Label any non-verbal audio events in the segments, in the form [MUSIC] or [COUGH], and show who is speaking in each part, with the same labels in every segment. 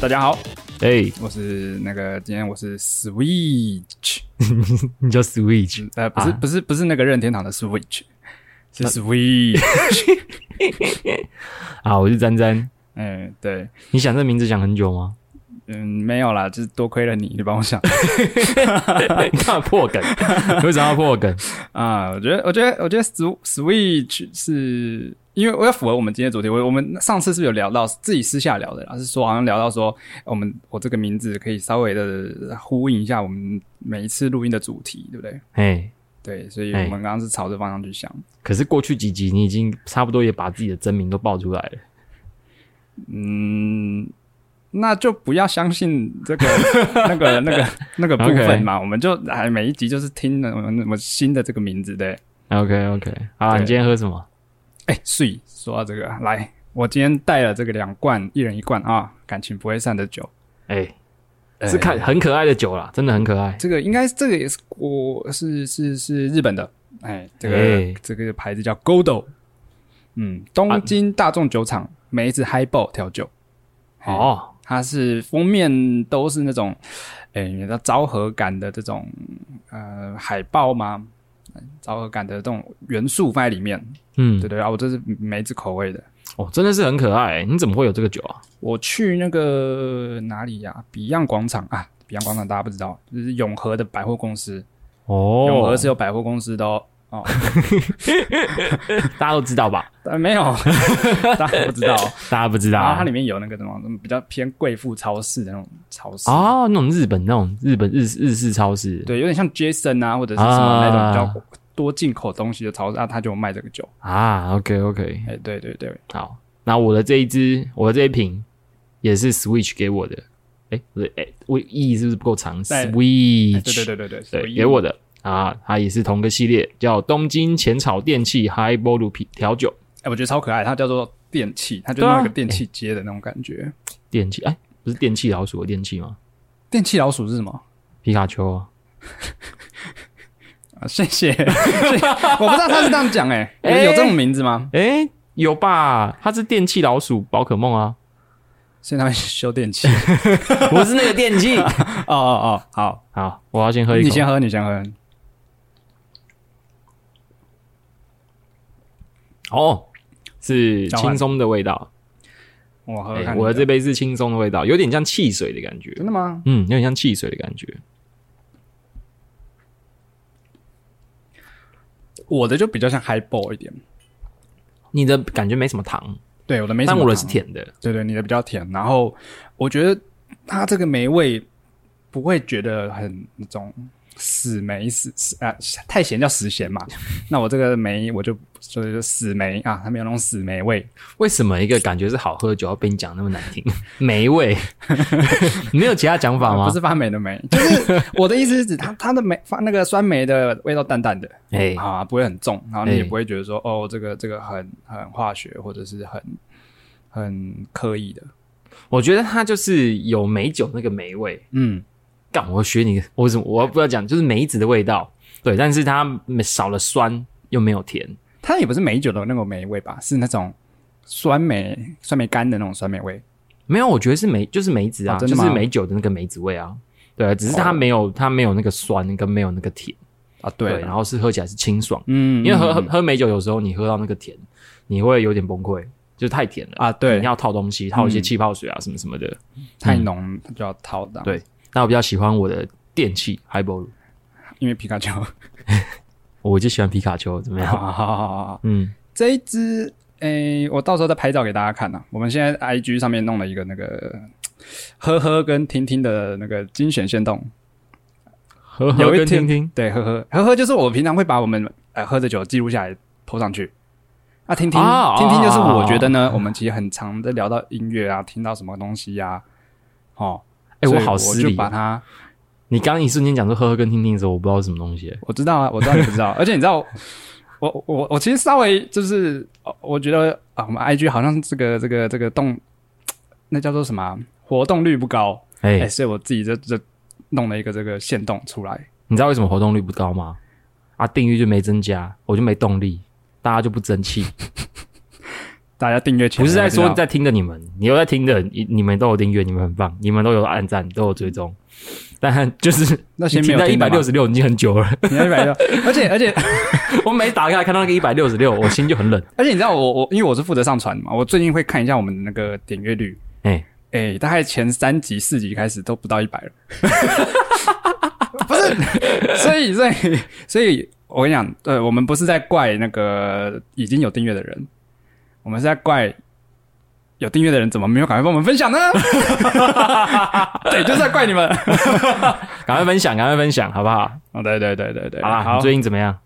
Speaker 1: 大家好，
Speaker 2: 哎、
Speaker 1: 我是那个今天我是 Switch，
Speaker 2: 你叫 Switch，
Speaker 1: 呃，不是、
Speaker 2: 啊
Speaker 1: 不是不是那个任天堂的 Switch，是 [LAUGHS] Switch，
Speaker 2: 啊，我是詹詹。
Speaker 1: 嗯，对，
Speaker 2: 你想这名字想很久 [LAUGHS] 吗？
Speaker 1: 嗯，没有啦，就是多亏了你，你帮我 [LAUGHS] 想
Speaker 2: 你干嘛破梗？你 [LAUGHS] 为什么要破梗？
Speaker 1: 啊，我觉得我觉得我觉得 Sw- Switch 是因为我要符合我们今天的主题，我我们上次是不是有聊到自己私下聊的啦，是说好像聊到说我们我这个名字可以稍微的呼应一下我们每一次录音的主题，对不对？
Speaker 2: 哎、
Speaker 1: 对，所以我
Speaker 2: 哎
Speaker 1: 们刚刚是朝这方向去想。
Speaker 2: 可是过去几集你已经差不多也把自己的真名都爆出来了。
Speaker 1: 嗯，那就不要相信这
Speaker 2: [LAUGHS]
Speaker 1: 个、那个、那个、那个部分嘛。我们就哎，每一集就是听了我们我们新的这个名字对。
Speaker 2: OK OK，好啦，
Speaker 1: 对
Speaker 2: 你今天喝什么？
Speaker 1: 哎，睡，说到这个，来，我今天带了这个两罐，一人一罐啊，感情不会散的酒。
Speaker 2: 哎、
Speaker 1: 哎
Speaker 2: 是看很可爱的酒啦，真的很可爱。
Speaker 1: 这个应该这个也是我是是是日本的，哎，这个、
Speaker 2: 哎
Speaker 1: 这个牌子叫 Godo，嗯，东京大众酒厂梅子 Highball 调酒。哎
Speaker 2: 哦，
Speaker 1: 它是封面都是那种，诶、你知道昭和感的这种呃海报吗？昭和感的这种元素放在里面，
Speaker 2: 嗯
Speaker 1: 对，对啊，我这是梅子口味的。
Speaker 2: 哦，真的是很可爱、你怎么会有这个酒啊？
Speaker 1: 我去那个哪里呀、b e y o n d 广场啊，Beyond 广场大家不知道，就是永和的百货公司，永和
Speaker 2: 哦
Speaker 1: 是，有百货公司的哦。哦，
Speaker 2: 大家都知道吧？
Speaker 1: 但没有，大家不知道。
Speaker 2: [LAUGHS] 大家不知道
Speaker 1: 然后
Speaker 2: 啊
Speaker 1: 它里面有那个什么比较偏贵妇超市的那种超市
Speaker 2: 哦，那种日本那种日本日日式超市，
Speaker 1: 对，有点像 Jason 啊，或者是什么那种
Speaker 2: 啊
Speaker 1: 比较多进口东西的超市啊，他就有卖这个酒。
Speaker 2: 啊，OK OK，
Speaker 1: 哎、对对对，
Speaker 2: 好，那我的这一支，我的这一瓶也是 Switch 给我的。哎，不对，哎，我 E 是不是不够长
Speaker 1: 对
Speaker 2: ？Switch，、
Speaker 1: 哎对对对对对，
Speaker 2: 对给我的啊，它也是同个系列，叫东京浅草电器 High b o l u 调酒
Speaker 1: 哎、我觉得超可爱，它叫做电器，它就
Speaker 2: 对啊
Speaker 1: 那个电器街的那种感觉。
Speaker 2: 电器。哎，不是电器老鼠的电器吗？
Speaker 1: 电器老鼠是什么？
Speaker 2: 皮卡丘啊，
Speaker 1: 啊， [LAUGHS] 谢
Speaker 2: [LAUGHS]
Speaker 1: 谢，谢谢我不知道他是这样讲哎、
Speaker 2: 哎
Speaker 1: 有有这种名字吗？
Speaker 2: 哎，有吧？它是电器老鼠宝可梦啊，
Speaker 1: 现在修电器。
Speaker 2: [LAUGHS] 不是那个电器。
Speaker 1: 哦哦哦，好，
Speaker 2: [LAUGHS] 好，我要先喝一口。
Speaker 1: 你先喝，你先喝。
Speaker 2: 哦，是
Speaker 1: 交换
Speaker 2: 轻松的味道。
Speaker 1: 我喝喝
Speaker 2: 哎，
Speaker 1: 看、
Speaker 2: 我的这杯是轻松的味道，有点像汽水的感觉。
Speaker 1: 真的吗？
Speaker 2: 嗯，有点像汽水的感觉。
Speaker 1: 我的就比较像 highball 一点。
Speaker 2: 你的感觉没什么糖，
Speaker 1: 对，我的没什么
Speaker 2: 但
Speaker 1: 糖。
Speaker 2: 我的是甜的。
Speaker 1: 对对，你的比较甜。然后我觉得它这个梅味不会觉得很那种死梅死死啊、太咸叫死咸嘛。那我这个梅我就就是说死梅啊，它没有那种死梅味。
Speaker 2: 为什么一个感觉是好喝的酒要被你讲那么难 [LAUGHS] 听？梅味，没有其他讲法吗？
Speaker 1: 不，是发霉的霉，就是我的意思是指它它的梅发那个酸梅的味道淡淡的
Speaker 2: 哎、
Speaker 1: 啊，不会很重，然后你也
Speaker 2: 哎
Speaker 1: 不会觉得说、哦这个这个很很化学或者是很很刻意的。
Speaker 2: 我觉得它就是有美酒那个梅味。
Speaker 1: 嗯，
Speaker 2: 干，我学你，我怎么我不要讲，就是梅子的味道。对，但是它少了酸，又没有甜。
Speaker 1: 它也不是美酒的那种梅味吧，是那种酸梅酸梅干的那种酸梅味。
Speaker 2: 没有，我觉得是梅，就是梅子啊，
Speaker 1: 哦
Speaker 2: 就
Speaker 1: 真的吗
Speaker 2: 是梅酒的那个梅子味啊。对，只是它没有，它没有那个酸，跟没有那个甜。
Speaker 1: 啊，对
Speaker 2: 然后是喝起来是清爽。
Speaker 1: 嗯，
Speaker 2: 因为喝喝
Speaker 1: 嗯嗯
Speaker 2: 喝美酒，有时候你喝到那个甜，你会有点崩溃，就是太甜了。
Speaker 1: 啊，
Speaker 2: 你
Speaker 1: 对，嗯
Speaker 2: 要嗯套东西，套一些气泡水啊，什么什么的。
Speaker 1: 太浓就要掏的，啊
Speaker 2: 对那我比较喜欢我的电器 Highball，
Speaker 1: 因为皮
Speaker 2: [LAUGHS]
Speaker 1: 卡丘，好
Speaker 2: 我就喜欢皮卡丘，怎么样？
Speaker 1: 好好好好，
Speaker 2: 嗯，
Speaker 1: [LAUGHS] 这一只，诶，我到时候再拍照给大家看呐。我们现在 I G 上面弄了一个那个呵呵跟听听的那个精选线动，
Speaker 2: [LAUGHS] 喝
Speaker 1: 有
Speaker 2: 喝
Speaker 1: 一
Speaker 2: 跟
Speaker 1: 天
Speaker 2: 听听，
Speaker 1: 对，呵呵呵呵，就是我平常会把我们呃喝的酒记录下来投上去。啊，听听
Speaker 2: 啊
Speaker 1: 听听，就是
Speaker 2: 啊
Speaker 1: 我觉得呢，我们其实很常在聊到音乐啊，听到什么东西呀、哦，
Speaker 2: 哎，
Speaker 1: 所
Speaker 2: 我
Speaker 1: 以
Speaker 2: 好
Speaker 1: 我
Speaker 2: 失
Speaker 1: 就
Speaker 2: 礼
Speaker 1: 把
Speaker 2: 哦。
Speaker 1: 它
Speaker 2: 你刚刚一瞬间讲说喝喝跟听听的时候，我不知道是什么东西。
Speaker 1: 我知道啊，我知道你不知
Speaker 2: [LAUGHS]
Speaker 1: 道，而且你知道，我我我其实稍微就是，呃我觉得啊，我们 IG 好像这个这个这个动，那叫做什么啊、活动率不高，哎、
Speaker 2: 哎，
Speaker 1: 所以我自己就就弄了一个这个限动出来。
Speaker 2: 你知道为什么活动率不高吗？啊，订阅就没增加，我就没动力，大家就不争气。
Speaker 1: 大家订阅起来
Speaker 2: 不是在说
Speaker 1: 我知道
Speaker 2: 在听着你们，你又在听着，你你们都有订阅，你们很棒，你们都有按赞，都有追踪， [LAUGHS] 但就是
Speaker 1: 那些
Speaker 2: 你
Speaker 1: 没
Speaker 2: 停
Speaker 1: 有
Speaker 2: 在一
Speaker 1: 听
Speaker 2: 百
Speaker 1: 的
Speaker 2: 六
Speaker 1: 嘛
Speaker 2: 十六已经很久了。 [LAUGHS]
Speaker 1: 你一百六，而且而且
Speaker 2: 我每打开看到那个一百六十六，我心就很冷。 [LAUGHS]
Speaker 1: 而且你知道我我因为我是负责上传的嘛，我最近会看一下我们的那个点阅率，
Speaker 2: 哎
Speaker 1: 哎、大概前三集四集开始都不到一百了， [LAUGHS] 不 [LAUGHS] 是，所以所以所以我跟你讲，对我们不是在怪那个已经有订阅的人，我们是在怪。有订阅的人怎么没有赶快帮我们分享 [LAUGHS] 呢？对，就是在怪你们。
Speaker 2: 赶快分享，赶快分享，好不好？
Speaker 1: 哦，对对对对对，
Speaker 2: 好啦，
Speaker 1: 好
Speaker 2: 你。最近怎么样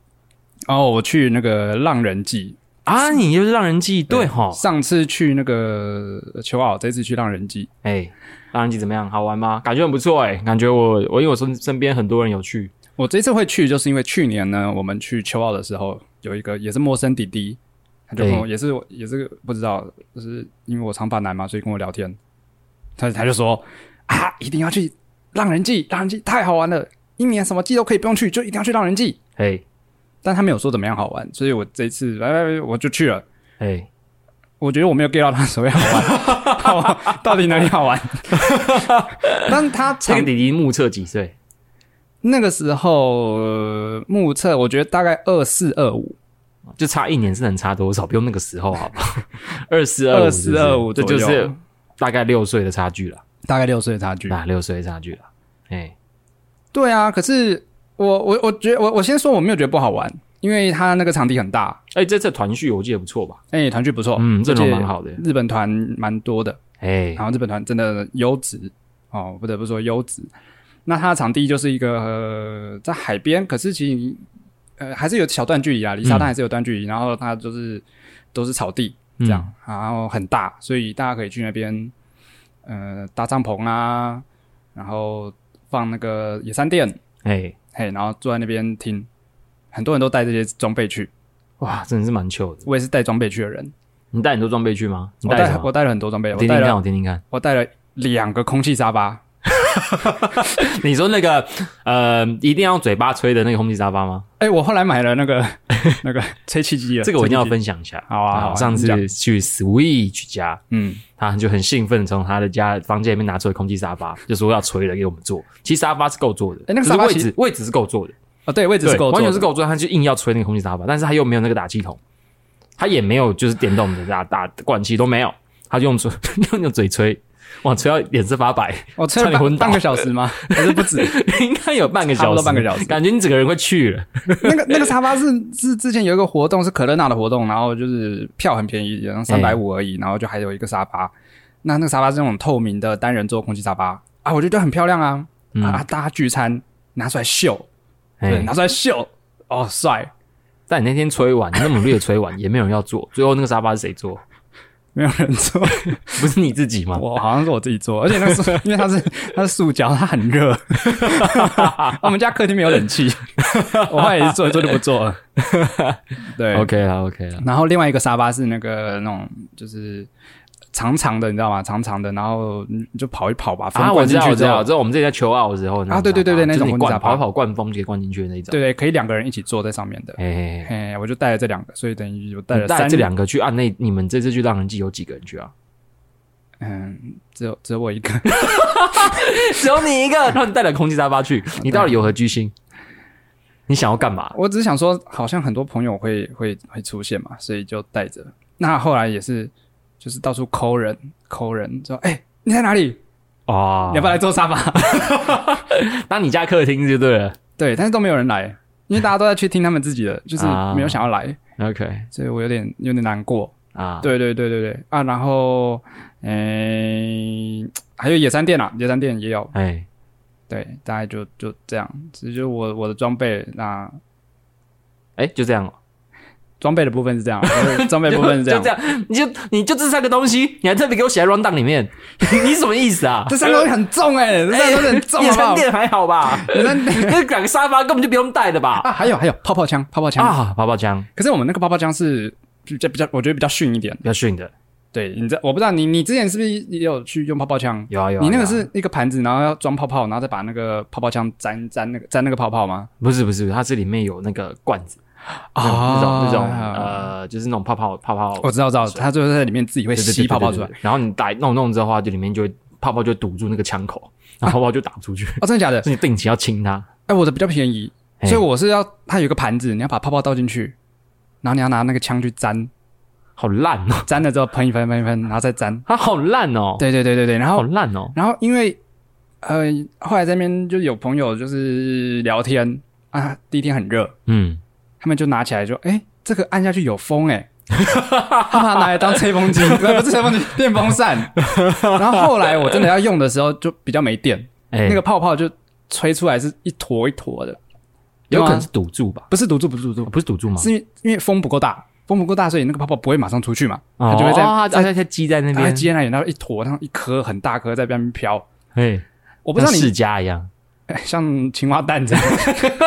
Speaker 1: 哦，我去那个浪人记，
Speaker 2: 啊？你就是让人记
Speaker 1: 哎
Speaker 2: 对哈？
Speaker 1: 上次去那个秋奥，这次去浪人记，
Speaker 2: 哎，让人记怎么样？好玩吗？感觉很不错哎，感觉我我因为我身身边很多人有去，
Speaker 1: 我这次会去，就是因为去年呢，我们去秋奥的时候，有一个也是陌生弟弟，他就跟我也是也是不知道，就是因为我长发男嘛，所以跟我聊天，他他就说啊，一定要去浪人季，浪人季太好玩了，一年什么季都可以不用去，就一定要去浪人季。
Speaker 2: 嘿
Speaker 1: 但他没有说怎么样好玩，所以我这一次哎我就去了。
Speaker 2: 嘿，
Speaker 1: 我觉得我没有 get 到他所谓好玩，好玩到底哪里好玩？但他
Speaker 2: 这
Speaker 1: 场
Speaker 2: 个弟弟目测几岁？
Speaker 1: 那个时候、呃目测，我觉得大概二四二五，
Speaker 2: 就差一年是能差多少？不用那个时候好
Speaker 1: [LAUGHS]
Speaker 2: 吧？二四二
Speaker 1: 二四二五，
Speaker 2: 这就是大概六岁的差距了，
Speaker 1: 大概六岁的差距。
Speaker 2: 那六岁的差距了。哎，
Speaker 1: 对啊，可是我我我觉得我我先说我没有觉得不好玩，因为他那个场地很大，
Speaker 2: 哎，这次团序我记得不错吧？
Speaker 1: 哎、团聚不错，
Speaker 2: 嗯，阵容蛮
Speaker 1: 而
Speaker 2: 好的
Speaker 1: 且。日本团蛮多的，
Speaker 2: 哎，
Speaker 1: 然后日本团真的优质哦，不得不说优质。那它的场地就是一个、呃在海边，可是其实呃还是有小段距离啊，离沙滩还是有段距离。然后它就是都是草地
Speaker 2: 嗯
Speaker 1: 这样，然后很大，所以大家可以去那边呃搭帐篷啊，然后放那个野餐垫，
Speaker 2: 哎，
Speaker 1: 嘿，然后坐在那边听。很多人都带这些装备去，
Speaker 2: 哇，啊真的是蛮 chill 的。
Speaker 1: 我也是带装备去的人。
Speaker 2: 你带很多装备去吗？你
Speaker 1: 我
Speaker 2: 带什
Speaker 1: 带
Speaker 2: 么？
Speaker 1: 我带了很多装备，
Speaker 2: 我
Speaker 1: 我
Speaker 2: 听
Speaker 1: 带
Speaker 2: 听看，
Speaker 1: 了
Speaker 2: 我听听看。
Speaker 1: 我带了两个空气沙发，
Speaker 2: [LAUGHS] 你说那个呃，一定要用嘴巴吹的那个空气沙发吗？
Speaker 1: 哎、我后来买了那
Speaker 2: [LAUGHS]
Speaker 1: 个那个吹气机了，
Speaker 2: 这个我一定要
Speaker 1: 吹气机。
Speaker 2: 分享一下。
Speaker 1: 好啊好啊
Speaker 2: 上
Speaker 1: 你讲
Speaker 2: 次去 Switch 家，
Speaker 1: 嗯，
Speaker 2: 他就很兴奋，从他的家房间里面拿出了空气沙
Speaker 1: [LAUGHS]
Speaker 2: 发，就说要吹了给我们坐。其实沙发是够坐的，
Speaker 1: 哎诶那个
Speaker 2: 只
Speaker 1: 沙发
Speaker 2: 是
Speaker 1: 其
Speaker 2: 位
Speaker 1: 实
Speaker 2: 置位置是够坐的，
Speaker 1: 哦，对，位置
Speaker 2: 对，
Speaker 1: 是够坐的，
Speaker 2: 完全是够坐的。他就硬要吹那个空气沙发，但是他又没有那个打气筒，他也没有就是电动的打打灌气都没有，他就用嘴 [LAUGHS] 用嘴吹，哇，吹到脸色发白，
Speaker 1: 我吹了
Speaker 2: 差点
Speaker 1: 半
Speaker 2: 昏倒
Speaker 1: 半个小时吗？
Speaker 2: [LAUGHS]
Speaker 1: 还是不止？
Speaker 2: 应该有半个
Speaker 1: 差
Speaker 2: 小
Speaker 1: 不
Speaker 2: 时，
Speaker 1: 多半个小 [LAUGHS] 时
Speaker 2: 感觉你整个人会去了。
Speaker 1: 那个那个沙发是是之前有一个活动是可乐娜的活动，然后就是票很便宜，然后三
Speaker 2: 嗯
Speaker 1: 百五而已，然后就还有一个沙发。那那个沙发是那种透明的单人座空气沙发啊，我觉得很漂亮啊、
Speaker 2: 嗯
Speaker 1: 啊！大家聚餐拿出来秀， [LAUGHS] 对，
Speaker 2: 哎
Speaker 1: 拿出来秀，哦，帅！
Speaker 2: 但你那天吹完，你那么努力的吹完，也没有人要坐，最后那个沙发是谁坐？
Speaker 1: 没有人坐，
Speaker 2: [LAUGHS] 不是你自己吗？
Speaker 1: [LAUGHS] 我好像是我自己做，而且那个是 [LAUGHS] 因为它是它是塑胶，它很
Speaker 2: [LAUGHS]
Speaker 1: 热。我们家客厅没有冷气，我后来也是做一做就不做
Speaker 2: [LAUGHS]
Speaker 1: 了。对
Speaker 2: OK 啦，OK 啦，
Speaker 1: 然后另外一个沙发是那个那种就是长长的，你知道吗？长长的，然后你就跑一跑吧，风
Speaker 2: 啊，我
Speaker 1: 灌
Speaker 2: 知
Speaker 1: 进
Speaker 2: 道，
Speaker 1: 去
Speaker 2: 我知
Speaker 1: 之后，
Speaker 2: 道，这我们之前在求奥的时候那种
Speaker 1: 啊对对对对那
Speaker 2: 就是
Speaker 1: 种
Speaker 2: 你
Speaker 1: 婚纱
Speaker 2: 灌
Speaker 1: 包
Speaker 2: 跑跑灌风直接灌进去的那种。
Speaker 1: 对对，可以两个人一起坐在上面的。
Speaker 2: 哎，哎，哎
Speaker 1: 哎，我就带了这两个，所以等于我带
Speaker 2: 你
Speaker 1: 了
Speaker 2: 带
Speaker 1: 呃三
Speaker 2: 这，两个去按那你们这次去浪人记有几个人
Speaker 1: [LAUGHS]
Speaker 2: 去啊？
Speaker 1: 嗯，只有只有我一个。
Speaker 2: 只有你一个，然后你带了空气沙
Speaker 1: [LAUGHS]
Speaker 2: 发去，你到底有何居心？你想要干嘛？
Speaker 1: 我只是想说，好像很多朋友会会会出现嘛，所以就带着。那后来也是，就是到处抠人，抠人说：“哎、你在哪里？
Speaker 2: 啊
Speaker 1: 哦你要不要来坐沙发 [LAUGHS]
Speaker 2: 当你家客厅就对了。？”
Speaker 1: 对，但是都没有人来，因为大家都在去听他们自己的，就是
Speaker 2: 啊
Speaker 1: 没有想要来，
Speaker 2: OK
Speaker 1: 所以我有点有点难过。
Speaker 2: 啊，
Speaker 1: 对对对对对啊，然后嗯、还有野餐店啊，野餐店也有，
Speaker 2: 哎，
Speaker 1: 对，大概就就这样。其实就我我的装备，那
Speaker 2: 哎，就这样哦，
Speaker 1: 装备的部分是这样，
Speaker 2: [LAUGHS]
Speaker 1: 我的装备部分是这
Speaker 2: 就
Speaker 1: 样
Speaker 2: 这。样，你就你就这三个东西，你还特别给我写在 round down 里面， [LAUGHS] 你什么意思啊？
Speaker 1: [LAUGHS] 这三个东西很重哎、这三个东西很重
Speaker 2: 野
Speaker 1: 好不
Speaker 2: 餐
Speaker 1: 好？
Speaker 2: 垫还好吧？
Speaker 1: 野餐垫
Speaker 2: [LAUGHS] 那两个沙发根本就不用带的吧？
Speaker 1: 啊，还有还有泡泡枪，泡泡枪。
Speaker 2: 啊，泡泡枪
Speaker 1: 可是我们那个泡泡枪是比较比较，我觉得比较逊一点。
Speaker 2: 比较逊的，
Speaker 1: 对，你知道我不知道你你之前是不是也有去用泡泡枪？
Speaker 2: 有啊有啊。
Speaker 1: 你那
Speaker 2: 有
Speaker 1: 个
Speaker 2: 啊
Speaker 1: 是一个盘子，然后要装泡泡，然后再把那个泡泡枪沾沾那个沾那个泡泡吗？
Speaker 2: 不是不是，它这里面有那个罐子，那种那种
Speaker 1: 哦
Speaker 2: 呃，就是那种泡泡泡泡，
Speaker 1: 我知道，知道，它就是在里面自己会
Speaker 2: 对对
Speaker 1: 哦吸
Speaker 2: 对
Speaker 1: 泡泡出
Speaker 2: 对对
Speaker 1: 来。
Speaker 2: 对对然后你打弄弄之后的话，就里面就会泡泡就堵住那个枪
Speaker 1: [LAUGHS]
Speaker 2: 口，然后泡泡就打不出去。
Speaker 1: 哦，真的假的？
Speaker 2: 所以你定期要清它，
Speaker 1: 哎，我的比较便宜，
Speaker 2: 嘿
Speaker 1: 所以我是要它有一个盘子，你要把泡泡倒进去，然后你要拿那个枪去沾，
Speaker 2: 好烂哦，
Speaker 1: 沾了之后喷一喷，喷一喷，然后再沾。
Speaker 2: 它好烂哦，
Speaker 1: 对对对对对，然
Speaker 2: 好
Speaker 1: 后
Speaker 2: 烂哦，
Speaker 1: 然后因为呃，后来这边就有朋友就是聊天啊，第一天很热，
Speaker 2: 嗯，
Speaker 1: 他们就拿起来就哎，这个按下去有风哎、 [LAUGHS] 他把它拿来当吹
Speaker 2: [LAUGHS]
Speaker 1: 风机，不是吹风机，电风扇。然后后来我真的要用的时候就比较没电，
Speaker 2: 哎，
Speaker 1: 那个泡泡就吹出来是一坨一坨的，
Speaker 2: 有可能哦
Speaker 1: 吗
Speaker 2: 是堵住吧？
Speaker 1: 不是堵住，不是堵住，
Speaker 2: 不是堵住吗？
Speaker 1: 是因为因为风不够大，风不够大，所以那个泡泡不会马上出去嘛，它
Speaker 2: 哦
Speaker 1: 就会在、
Speaker 2: 哦它
Speaker 1: 在
Speaker 2: 它它积在那
Speaker 1: 它会
Speaker 2: 边，
Speaker 1: 接那里，然后一坨，然后一颗很大颗在那边飘。
Speaker 2: 哎，
Speaker 1: 我
Speaker 2: 我
Speaker 1: 不知道
Speaker 2: 世
Speaker 1: 你
Speaker 2: 家
Speaker 1: [LAUGHS]
Speaker 2: 一样，
Speaker 1: 哎像青蛙蛋这样，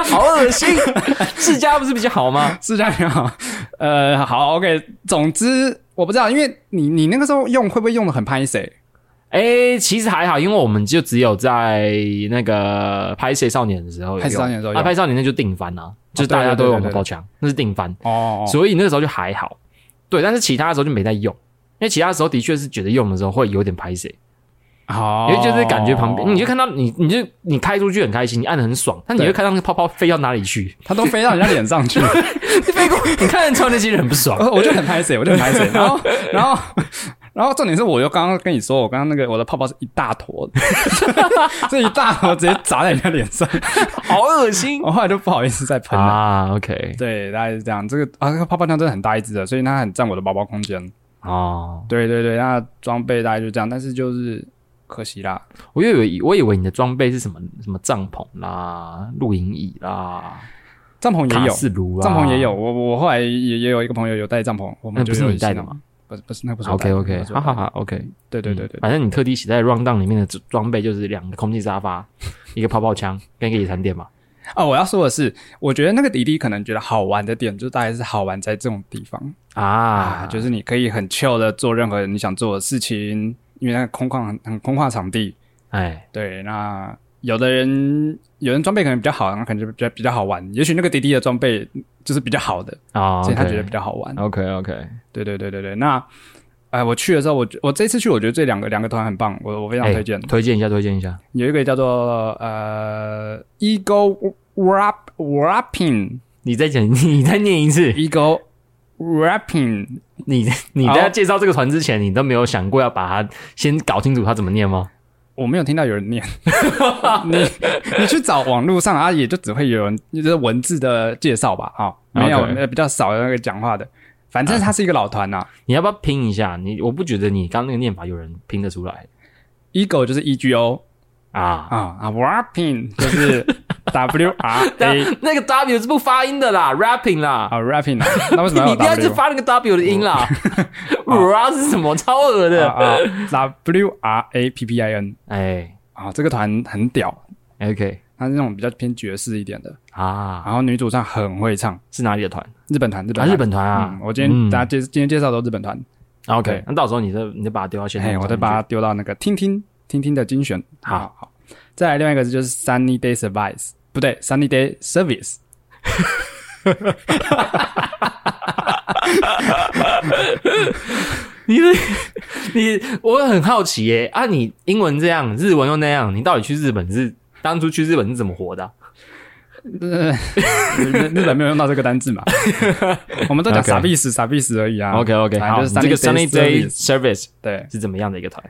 Speaker 2: 好恶心， [LAUGHS] 世家不是比较好吗？
Speaker 1: 是这样啊？ [LAUGHS] 呃，好，OK，总之我不知道，因为你你那个时候用会不会用的很拍谁？
Speaker 2: 哎、其实还好，因为我们就只有在那个拍《谁少年》的时候有用，
Speaker 1: 拍谁少年的时候哦有
Speaker 2: 啊，拍谁少年那就定番啊，就是大家都有毛高枪，那是定番，
Speaker 1: 哦，
Speaker 2: 所以那个时候就还好。对，但是其他的时候就没在用，因为其他的时候的确是觉得用的时候会有点拍谁，
Speaker 1: 好，
Speaker 2: 因为就是感觉
Speaker 1: [LAUGHS]
Speaker 2: 旁边，你就看到你，你就你开出去很开心，你按的很爽，但你
Speaker 1: 对
Speaker 2: 会看到那个泡泡飞到哪里
Speaker 1: [LAUGHS]
Speaker 2: 去，
Speaker 1: 它都飞到人家脸
Speaker 2: [LAUGHS]
Speaker 1: 上去，
Speaker 2: 飞过，你看得出来那些人很不爽。
Speaker 1: [LAUGHS] 我我就很拍谁，我就很拍谁。然后然后然后重点是，我又刚刚跟你说，我刚刚那个我的泡泡是一大坨，
Speaker 2: [LAUGHS]
Speaker 1: 这一大坨直接砸在人家脸上，
Speaker 2: 好恶心
Speaker 1: 我后来就不好意思再喷了。
Speaker 2: 啊！OK，
Speaker 1: 对，大概是这样。这个啊，这个泡泡枪真的很大一只的，所以它很占我的包包空间。
Speaker 2: 哦，
Speaker 1: 对对对，那装备大概就这样，但是就是可惜啦。
Speaker 2: 我以为我以为你的装备是什么什么帐篷啦、露营椅啦、
Speaker 1: 帐篷也
Speaker 2: 卡
Speaker 1: 有，
Speaker 2: 式炉啦，啊
Speaker 1: 帐篷也有。。我我后来也也有一个朋友有带帐篷，我
Speaker 2: 那
Speaker 1: 们就
Speaker 2: 嗯不是
Speaker 1: 有
Speaker 2: 你
Speaker 1: 一起
Speaker 2: 带的
Speaker 1: 弄
Speaker 2: 吗？
Speaker 1: 不是不是，那不是我带
Speaker 2: ？OK
Speaker 1: 的
Speaker 2: OK，
Speaker 1: 那不是我
Speaker 2: 哈
Speaker 1: 带的
Speaker 2: 哈哈，OK，嗯
Speaker 1: 对对对对，
Speaker 2: 反正你特地写在 Round Down 里面的装备就是两个空气沙发、一个泡泡枪跟一个野餐垫嘛。
Speaker 1: 哦，我要说的是，我觉得那个弟弟可能觉得好玩的点，就大概是好玩在这种地方啊，
Speaker 2: 啊，
Speaker 1: 就是你可以很 chill 的做任何你想做的事情，因为那个空旷很很空旷的场地。
Speaker 2: 哎，
Speaker 1: 对，那有的人有人装备可能比较好，那可能就比较比较好玩。也许那个弟弟的装备就是比较好的，
Speaker 2: 啊，
Speaker 1: 所以他觉得比较好玩。
Speaker 2: OK OK，
Speaker 1: 对对对对对，那。哎，我去的时候，我觉我这次去，我觉得这两个两个团很棒，我我非
Speaker 2: 哎
Speaker 1: 常推荐。
Speaker 2: 推荐一下，推荐一下。
Speaker 1: 有一个叫做呃 Ego Rap Rapping
Speaker 2: 你再讲，你再念一次。
Speaker 1: Ego Rapping，
Speaker 2: 你你在介绍这个团之前，你都没有想过要把它先搞清楚它怎么念吗？
Speaker 1: 我没有听到有人念。 [LAUGHS] 你你去找网络上啊，也就只会有人就是文字的介绍吧，啊、没有
Speaker 2: OK 啊
Speaker 1: 呃比较少有那个讲话的。反正它是一个老团呐、
Speaker 2: 你要不要拼一下？你我不觉得你刚刚那个念法有人拼得出来
Speaker 1: e g o 就是 E G O
Speaker 2: 啊。
Speaker 1: 啊啊，Rapping 就是 W R
Speaker 2: 但
Speaker 1: A
Speaker 2: [LAUGHS] [LAUGHS] 那个 W 是不发音的啦，rapping 啦。
Speaker 1: 啊，Rapping 啊，那为什
Speaker 2: 你
Speaker 1: 么要有
Speaker 2: 你不要去
Speaker 1: W
Speaker 2: 发那个 W 的音啦。r [LAUGHS] 是什么？超恶
Speaker 1: 啊
Speaker 2: 的。 [LAUGHS]
Speaker 1: 啊？W R A P P I N
Speaker 2: 哎
Speaker 1: 啊，这个团很屌，
Speaker 2: ，OK
Speaker 1: 它是那种比较偏爵士一点的，
Speaker 2: 啊，
Speaker 1: 然后女主唱很会唱，
Speaker 2: 是哪里的团？
Speaker 1: 日本团，日本
Speaker 2: 啊，
Speaker 1: 团
Speaker 2: 日本团啊
Speaker 1: 嗯。我今天
Speaker 2: 嗯
Speaker 1: 大家介今天介绍都是日本团，
Speaker 2: 啊 OK，
Speaker 1: 对
Speaker 2: 那到时候你再你再把它丢到现
Speaker 1: 哎，
Speaker 2: 在，
Speaker 1: 我再把它丢到那个听听听听的精选。
Speaker 2: 好
Speaker 1: 好好，再来另外一个就是 Sunny Day Service，不对，Sunny Day Service。
Speaker 2: [LAUGHS] 你的你，我很好奇耶、啊！你英文这样，日文又那样，你到底去日本是当初去日本是怎么活的啊、
Speaker 1: 呃，日日本没有用到这个单字
Speaker 2: [LAUGHS]
Speaker 1: 嘛？我们都讲
Speaker 2: OK
Speaker 1: 傻逼死傻逼死而已啊。
Speaker 2: OK OK，
Speaker 1: 反正
Speaker 2: 好，
Speaker 1: 就是
Speaker 2: 这个 Sunny Day
Speaker 1: Service
Speaker 2: Service
Speaker 1: 对，
Speaker 2: 是怎么样的一个团？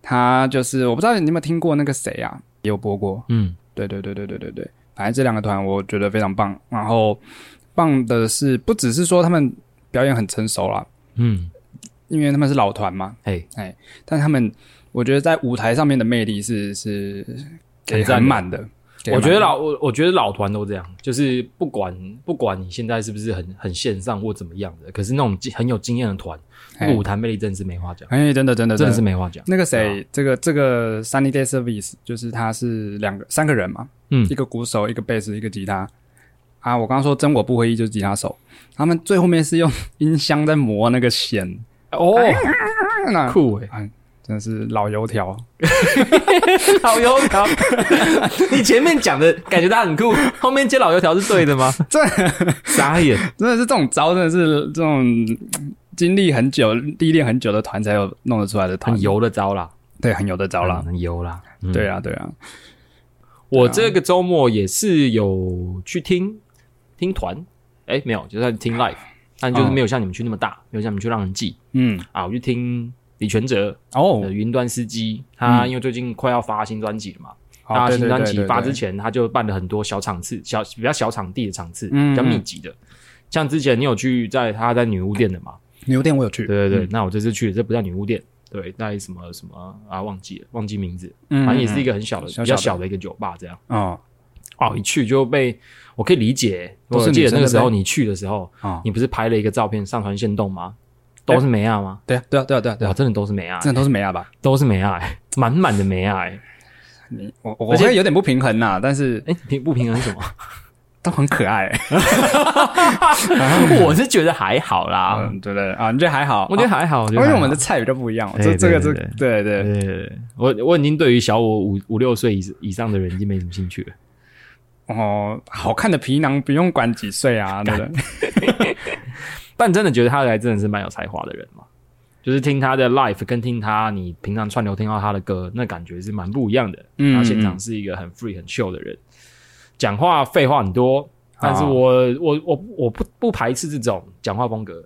Speaker 1: 他就是我不知道你有没有听过那个谁啊，也有播过。
Speaker 2: 嗯，
Speaker 1: 对对对对对对对，反正这两个团我觉得非常棒。然后棒的是不只是说他们表演很成熟啦，
Speaker 2: 嗯，
Speaker 1: 因为他们是老团嘛，
Speaker 2: 哎，
Speaker 1: 但他们我觉得在舞台上面的魅力是是给
Speaker 2: 很赞的
Speaker 1: 很满的。给
Speaker 2: 我
Speaker 1: 很满
Speaker 2: 觉得老我我觉得老团都这样，就是不管不管你现在是不是很很线上或怎么样的，可是那种经很有经验的团，那个
Speaker 1: 哎
Speaker 2: 舞台魅力真的是没话讲，
Speaker 1: 哎，真的真的
Speaker 2: 真的是没啊话讲。
Speaker 1: 那个谁，这个这个 Sunny Day Service 就是他是两个三个人嘛，
Speaker 2: 嗯
Speaker 1: 一个鼓手，一个贝斯，一个吉他。啊，我刚刚说真我不会意就是吉他手，他们 [LAUGHS] 最后面是用音箱在磨那个弦，
Speaker 2: 哦，
Speaker 1: 那
Speaker 2: 酷哎，
Speaker 1: 真的是老油条。
Speaker 2: [LAUGHS] 老油条， [LAUGHS] 你前面讲的感觉他很酷，后面接老油条是对
Speaker 1: [LAUGHS]
Speaker 2: 的吗？
Speaker 1: 这
Speaker 2: 傻
Speaker 1: [LAUGHS]
Speaker 2: 眼，
Speaker 1: 真的是这种招，真的是这种嗯经历很久、历练很久的团才有弄得出来的团
Speaker 2: 很，油的招啦，
Speaker 1: 对，很油的招啦。
Speaker 2: 嗯很油啦。嗯
Speaker 1: 对啊，对啊，
Speaker 2: 我这个周末也是有去听听团，哎，没有，就算听 live，但就是没有像你们去那么大，没有像你们去让人记
Speaker 1: 嗯，
Speaker 2: 啊。我去听李全哲
Speaker 1: 哦
Speaker 2: 的，云端司机，他因为最近快要发新专辑了嘛，
Speaker 1: 好
Speaker 2: 他
Speaker 1: 哦对
Speaker 2: 新
Speaker 1: 对
Speaker 2: 专
Speaker 1: 对
Speaker 2: 辑
Speaker 1: 对
Speaker 2: 发
Speaker 1: 对
Speaker 2: 之前，他就办了很多小场次，小比较小场地的场次，
Speaker 1: 嗯
Speaker 2: 比较密集的。像之前你有去在他在女巫店的嘛？
Speaker 1: 牛店我有去，
Speaker 2: 对对对，那我这次去的这不叫女巫店，对，那什么什么啊，忘记了，忘记名字，
Speaker 1: 嗯，
Speaker 2: 反正也是一
Speaker 1: 个
Speaker 2: 个很小的、
Speaker 1: 小小的
Speaker 2: 比较小的一个酒吧这样。
Speaker 1: 哦，
Speaker 2: 哦，一去就被我可以理解，
Speaker 1: 都
Speaker 2: 我
Speaker 1: 是女生
Speaker 2: 记得那个时
Speaker 1: 对不
Speaker 2: 候你去的时候，
Speaker 1: 哦
Speaker 2: 你不是拍了一个照片上传线动吗？都是梅亚吗？
Speaker 1: 对啊，对啊，对啊，对啊，对
Speaker 2: 哇，
Speaker 1: 啊，
Speaker 2: 真的都是梅亚，
Speaker 1: 真的都是美亚吧？
Speaker 2: 都是梅亚、欸， [LAUGHS] 满满的梅亚、欸。
Speaker 1: 你我我
Speaker 2: 而且
Speaker 1: 会有点不平衡呐，但是
Speaker 2: 哎、平不平衡是什么？
Speaker 1: 都很可爱，
Speaker 2: [LAUGHS] 我是觉得还好啦，
Speaker 1: 嗯，对对啊，你觉得还好？
Speaker 2: 我觉得还好，
Speaker 1: 因
Speaker 2: 觉得还
Speaker 1: 为
Speaker 2: 好
Speaker 1: 我们的菜比较不一样，这
Speaker 2: 对
Speaker 1: 这个这
Speaker 2: 对
Speaker 1: 对
Speaker 2: 对
Speaker 1: 对，
Speaker 2: 对对对我我已经对于小我五五六岁以以上的人已经没什么兴趣了。
Speaker 1: 哦，好看的皮囊不用管几岁
Speaker 2: [LAUGHS]
Speaker 1: 啊，对不对？
Speaker 2: 但真的觉得他来真的是蛮有才华的人嘛，就是听他的 live 跟听他你平常串流听到他的歌，那感觉是蛮不一样的。
Speaker 1: 嗯
Speaker 2: 他现场是一个很 free 很 chill 的人，讲话废话很多，但是我、我我我不不排斥这种讲话风格，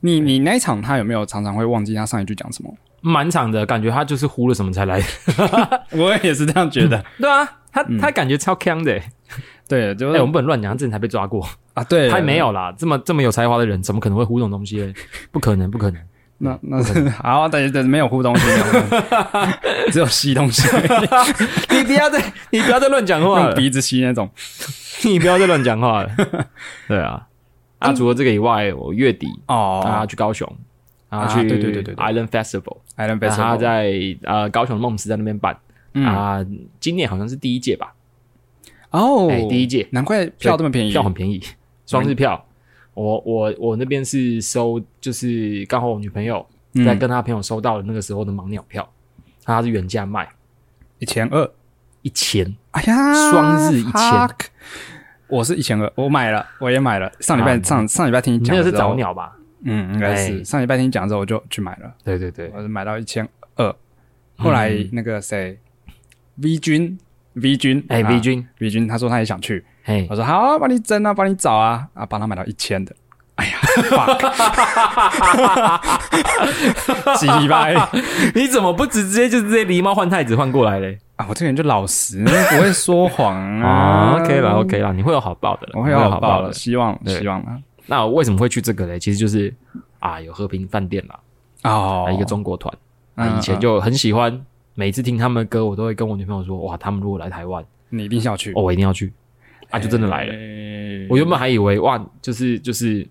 Speaker 1: 你你那一场他有没有常常会忘记他上一句讲什么？
Speaker 2: 满场的感觉他就是呼了什么才来。
Speaker 1: [LAUGHS] 我也是这样觉得，
Speaker 2: 对啊，他、他感觉超强的、欸。
Speaker 1: 对，就
Speaker 2: 哎、
Speaker 1: 是
Speaker 2: 我们不能乱讲，他之前才被抓过，
Speaker 1: 啊，对，
Speaker 2: 他没有啦，这么这么有才华的人，怎么可能会呼这种东西嘞？不可能，不可能。
Speaker 1: 那那是 [LAUGHS] 好，等等没有互东西，没有互东西 [LAUGHS] 只有吸东
Speaker 2: [LAUGHS]
Speaker 1: 西，
Speaker 2: [LAUGHS] 你不要再你不要再乱讲话
Speaker 1: 用
Speaker 2: [LAUGHS] 了。
Speaker 1: 鼻子吸那种。
Speaker 2: 你不要再乱讲话 [LAUGHS] 了。对啊，啊，除了这个以外，我月底啊
Speaker 1: 哦
Speaker 2: 去高雄，啊
Speaker 1: 啊
Speaker 2: 去
Speaker 1: 对对对对对
Speaker 2: Island Festival，
Speaker 1: ，I don't
Speaker 2: 啊
Speaker 1: best
Speaker 2: 他在呃高雄的梦池在那边办
Speaker 1: 啊
Speaker 2: 啊，今年好像是第一届吧，
Speaker 1: 哦
Speaker 2: 哎，第一届
Speaker 1: 难怪票这么便宜，
Speaker 2: 票很便
Speaker 1: 嗯
Speaker 2: 宜，双日票。我我我那边是收，就是刚好我女朋友
Speaker 1: 嗯
Speaker 2: 在跟她朋友收到的那个时候的盲鸟票，她是原价卖
Speaker 1: 一千二，
Speaker 2: 一千，
Speaker 1: 哎呀，
Speaker 2: [LAUGHS] 双日一千
Speaker 1: fuck，我是一千二，我买了，我也买了。上礼拜
Speaker 2: 啊
Speaker 1: 上上礼拜听你
Speaker 2: 你
Speaker 1: 讲，
Speaker 2: 那个是早，鸟吧？
Speaker 1: 嗯，应该
Speaker 2: 哎
Speaker 1: 是上礼拜听你讲之后我就去买了，
Speaker 2: 对对对，
Speaker 1: 我是买到一千二，后来
Speaker 2: 嗯
Speaker 1: 那个谁，V 君，V 君，
Speaker 2: 哎
Speaker 1: 啊
Speaker 2: V 君，
Speaker 1: ，V 君，他说他也想去，
Speaker 2: 哎，
Speaker 1: 我说好、啊，帮你争啊，帮你找啊，啊，帮他买到一千的。哎呀，fuck，鸡掰
Speaker 2: 你怎么不直接就直接狸猫换太子换过来嘞？
Speaker 1: 啊！我这个人就老实，不会说谎
Speaker 2: 啊
Speaker 1: 啊。
Speaker 2: ，OK 啦，OK 啦，你会有好报的啦，
Speaker 1: 我会
Speaker 2: 你
Speaker 1: 有
Speaker 2: 好
Speaker 1: 好
Speaker 2: 报
Speaker 1: 报
Speaker 2: 的
Speaker 1: 的，。希望
Speaker 2: 对
Speaker 1: 希望啊。
Speaker 2: 那我为什么会去这个嘞？其实就是啊，有和平饭店啦，
Speaker 1: 哦
Speaker 2: 啊，一个中国团，
Speaker 1: 嗯
Speaker 2: 啊，以前
Speaker 1: 嗯
Speaker 2: 就很喜欢，每次听他们的歌，我都会跟我女朋友说，哇，他们如果来台湾，
Speaker 1: 你一定要去
Speaker 2: 哦，我一定要去，啊，就真的
Speaker 1: 哎
Speaker 2: 来了。
Speaker 1: 了
Speaker 2: 我原本还以为哇，就是就是，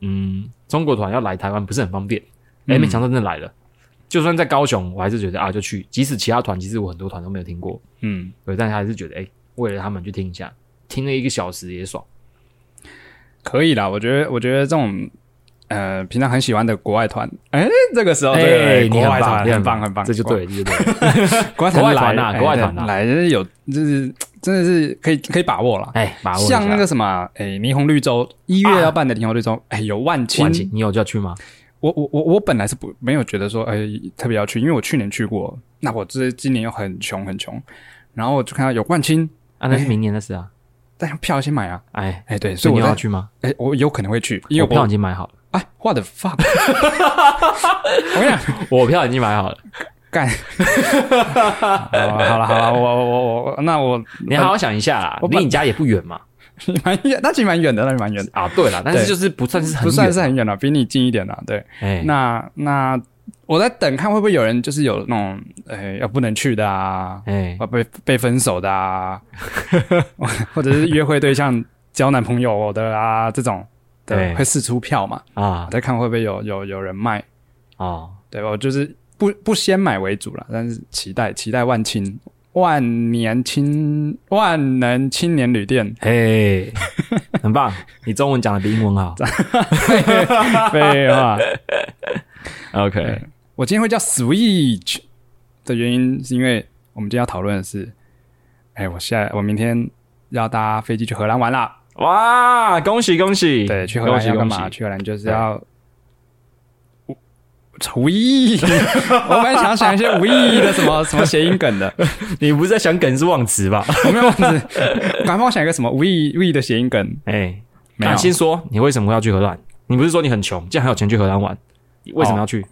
Speaker 2: 嗯，中国团要来台湾不是很方便，哎、
Speaker 1: 嗯
Speaker 2: 没想到真的来了。就算在高雄，我还是觉得啊，就去。即使其他团，其实我很多团都没有听过，
Speaker 1: 嗯，
Speaker 2: 对，但还是觉得哎、为了他们去听一下，听了一个小时也爽。
Speaker 1: 可以啦。我觉得我觉得这种呃平常很喜欢的国外团，哎，这个时候
Speaker 2: 哎，
Speaker 1: 对
Speaker 2: 你
Speaker 1: 国
Speaker 2: 很
Speaker 1: 外团
Speaker 2: 你
Speaker 1: 很棒很棒，
Speaker 2: 这就对，这就对。
Speaker 1: 国外
Speaker 2: 国
Speaker 1: 团
Speaker 2: 外
Speaker 1: 来
Speaker 2: 团啊
Speaker 1: 哎
Speaker 2: 国外
Speaker 1: 对
Speaker 2: 团啊
Speaker 1: 来就是有就是真的是可以可以把握啦。
Speaker 2: 哎，把握一下
Speaker 1: 像那个什么，哎、霓虹绿洲一月
Speaker 2: 啊
Speaker 1: 要办的霓虹绿洲，哎、有万青。
Speaker 2: 晚晴，你有就要去吗？
Speaker 1: 我我我我本来是不没有觉得说，哎、特别要去，因为我去年去过，那我这今年又很穷很穷，然后我就看到有万青，
Speaker 2: 啊，那是明年的事啊。
Speaker 1: 但票先买啊，
Speaker 2: 哎，
Speaker 1: 哎、对，所以
Speaker 2: 所以
Speaker 1: 我
Speaker 2: 你有
Speaker 1: 在
Speaker 2: 要，去吗？
Speaker 1: 哎、我有可能会去，因
Speaker 2: 我
Speaker 1: 为我
Speaker 2: 票已经买好了，
Speaker 1: 啊，what the fuck，我跟你讲，
Speaker 2: 我票已经买好了。 [LAUGHS]
Speaker 1: 干，好了好了，我我我我，那我
Speaker 2: 你好好想一下啦
Speaker 1: 我，
Speaker 2: 离你家也不远嘛。
Speaker 1: [LAUGHS] 蛮远，那其实蛮远的，那其实蛮远的，
Speaker 2: 啊，对啦，但是
Speaker 1: 对
Speaker 2: 就是不算是很
Speaker 1: 不算是
Speaker 2: 远
Speaker 1: 很远了，比你近一点了，对。
Speaker 2: 哎，
Speaker 1: 那那我在等看会不会有人就是有那种呃要不能去的啊，
Speaker 2: 哎
Speaker 1: 要被被分手的
Speaker 2: [LAUGHS]
Speaker 1: 啊，或者是约会对象交男朋友的啊这种，对，
Speaker 2: 对
Speaker 1: 会试出票嘛？
Speaker 2: 啊
Speaker 1: 我在看会不会有有有人卖，
Speaker 2: 哦，
Speaker 1: 对我就是不不先买为主了，但是期待期待万青万年青万能青年旅店 [LAUGHS]
Speaker 2: 嘿，很棒，你中文讲的比英文好。
Speaker 1: 废话，
Speaker 2: OK，
Speaker 1: 对我今天会叫 Switch，的原因是因为我们今天要讨论的是，哎、我下我明天要搭飞机去荷兰玩啦。
Speaker 2: 哇，恭喜恭喜！
Speaker 1: 对，去荷
Speaker 2: 嗯恭
Speaker 1: 兰
Speaker 2: 喜
Speaker 1: 要干
Speaker 2: 恭喜
Speaker 1: 嘛？去荷兰就是要无意义。我本来想想一些无意义的什么什么谐音梗的，
Speaker 2: 你不是在想梗是忘词
Speaker 1: [LAUGHS]
Speaker 2: 吧？
Speaker 1: 我没有忘记，赶快帮我想一个什么无意义无意义的谐音梗，
Speaker 2: 哎，
Speaker 1: 没有
Speaker 2: 那先说你为什么要去荷兰？你不是说你很穷，竟然还有钱去荷兰玩？你为什么要
Speaker 1: 哦
Speaker 2: 去？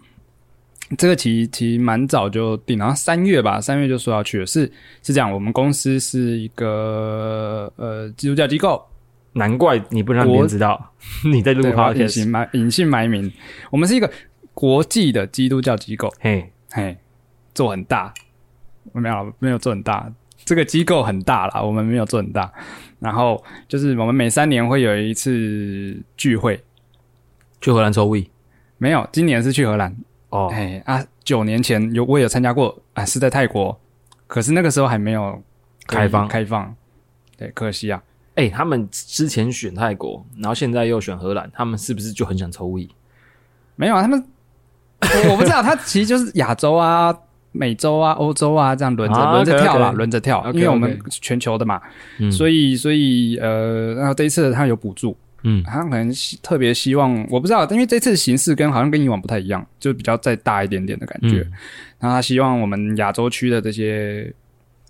Speaker 1: 这个其其实蛮早就定，然后三月吧，三月就说要去了。是是这样，我们公司是一个呃基督教机构，
Speaker 2: 难怪你不让别人知道 [LAUGHS] 你在录
Speaker 1: 对，我要隐
Speaker 2: podcast。
Speaker 1: 姓埋隐姓埋名。我们是一个国际的基督教机构，
Speaker 2: 嘿，
Speaker 1: 嘿，做很大，没有啊没有做很大，这个机构很大啦，我们没有做很大。然后就是我们每三年会有一次聚会，
Speaker 2: 去荷兰抽 V
Speaker 1: 没有，今年是去荷兰，
Speaker 2: 哦，
Speaker 1: 哎啊，九年前有我也有参加过啊，是在泰国，可是那个时候还没有可以
Speaker 2: 开放
Speaker 1: 开放，对，可惜啊。
Speaker 2: 哎，他们之前选泰国，然后现在又选荷兰，他们是不是就很想抽 V？
Speaker 1: 没有啊，他们我我不知道，他其实就是亚洲啊、美洲啊、欧洲啊这样轮着
Speaker 2: 啊
Speaker 1: 轮着跳啦，
Speaker 2: OK，OK
Speaker 1: 轮着跳，
Speaker 2: OK，OK
Speaker 1: 因为我们全球的嘛，
Speaker 2: 嗯
Speaker 1: 所以所以呃，然后这一次他有补助，
Speaker 2: 嗯，
Speaker 1: 他可能希特别希望，我不知道，因为这次的形式跟好像跟以往不太一样，就比较再大一点点的感觉。
Speaker 2: 嗯
Speaker 1: 然后他希望我们亚洲区的这些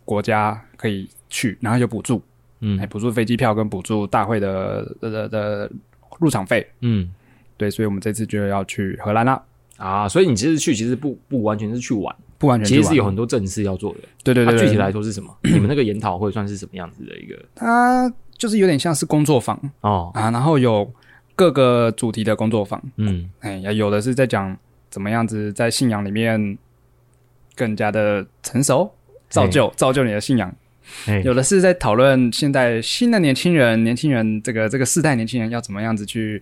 Speaker 1: 国家可以去，然后有补助，哎，
Speaker 2: 嗯
Speaker 1: 补助飞机票跟补助大会的的的的入场费。
Speaker 2: 嗯
Speaker 1: 对，所以我们这次就要去荷兰啦，
Speaker 2: 啊，所以你这次去其实不不完全是去玩，
Speaker 1: 不完全
Speaker 2: 其实
Speaker 1: 去
Speaker 2: 是
Speaker 1: 玩
Speaker 2: 有很多正事要做的。
Speaker 1: 对对对
Speaker 2: 那
Speaker 1: 对
Speaker 2: 啊具体来说是什么？你们那个研讨会算是什么样子的一个？
Speaker 1: 它就是有点像是工作坊
Speaker 2: 哦，
Speaker 1: 啊，然后有各个主题的工作坊，
Speaker 2: 嗯
Speaker 1: 哎，有的是在讲怎么样子在信仰里面更加的成熟，造就造就你的信仰；
Speaker 2: [LAUGHS] 哎
Speaker 1: 有的是在讨论现在新的年轻人，年轻人这个这个世代年轻人要怎么样子去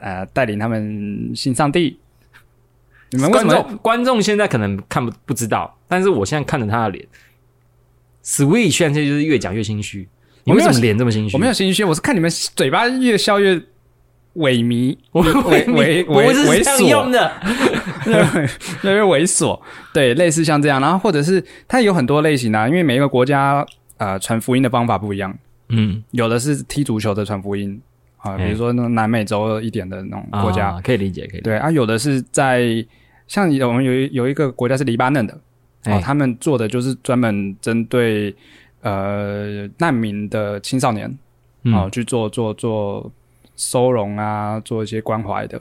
Speaker 1: 呃带领他们信上帝。你们为什
Speaker 2: 观
Speaker 1: 么
Speaker 2: 众观众现在可能看不不知道，但是我现在看着他的脸，Sweet 现在就是越讲越心虚。你
Speaker 1: 我没
Speaker 2: 为
Speaker 1: 有
Speaker 2: 什么脸这么心虚？
Speaker 1: 我没有心虚？我是看你们嘴巴越笑越萎靡，
Speaker 2: 我，我
Speaker 1: 猥猥
Speaker 2: 我不
Speaker 1: 猥
Speaker 2: 是
Speaker 1: 猥
Speaker 2: 这样
Speaker 1: 琐
Speaker 2: 用的。
Speaker 1: 越来越猥琐，对，类似像这样，然后或者是它有很多类型啊，因为每一个国家呃传福音的方法不一样，
Speaker 2: 嗯，
Speaker 1: 有的是踢足球的传福音啊、
Speaker 2: 嗯
Speaker 1: 比如说那种南美洲一点的那种 [LAUGHS] 国家，
Speaker 2: 啊可以理解，可以理解。
Speaker 1: 对啊，有的是在像有我们有一有一个国家是黎巴嫩的，哦、
Speaker 2: 哎
Speaker 1: 他们做的就是专门针对呃难民的青少年
Speaker 2: 嗯
Speaker 1: 哦、去做做做收容啊，做一些关怀的，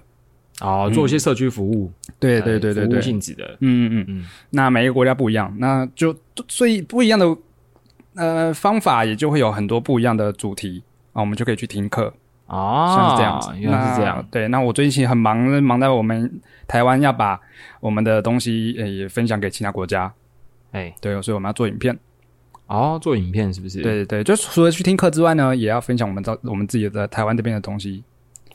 Speaker 2: 哦，做一些社区服务，
Speaker 1: 嗯对对对
Speaker 2: 哎
Speaker 1: 对
Speaker 2: 服
Speaker 1: 对
Speaker 2: 务，性质的。
Speaker 1: 嗯嗯嗯
Speaker 2: 嗯，
Speaker 1: 那每个国家不一样，那就所以不一样的呃方法，也就会有很多不一样的主题啊，我们就可以去听课，
Speaker 2: 哦，
Speaker 1: 像是这样子，
Speaker 2: 原来是这样
Speaker 1: 那。。对，那我最近很忙，忙在我们台湾要把我们的东西呃也分享给其他国家，
Speaker 2: 哎，
Speaker 1: 对，所以我们要做影片，
Speaker 2: 哦，做影片是不是？
Speaker 1: 对，对对，就除了去听课之外呢，也要分享我们到我们自己的台湾这边的东西，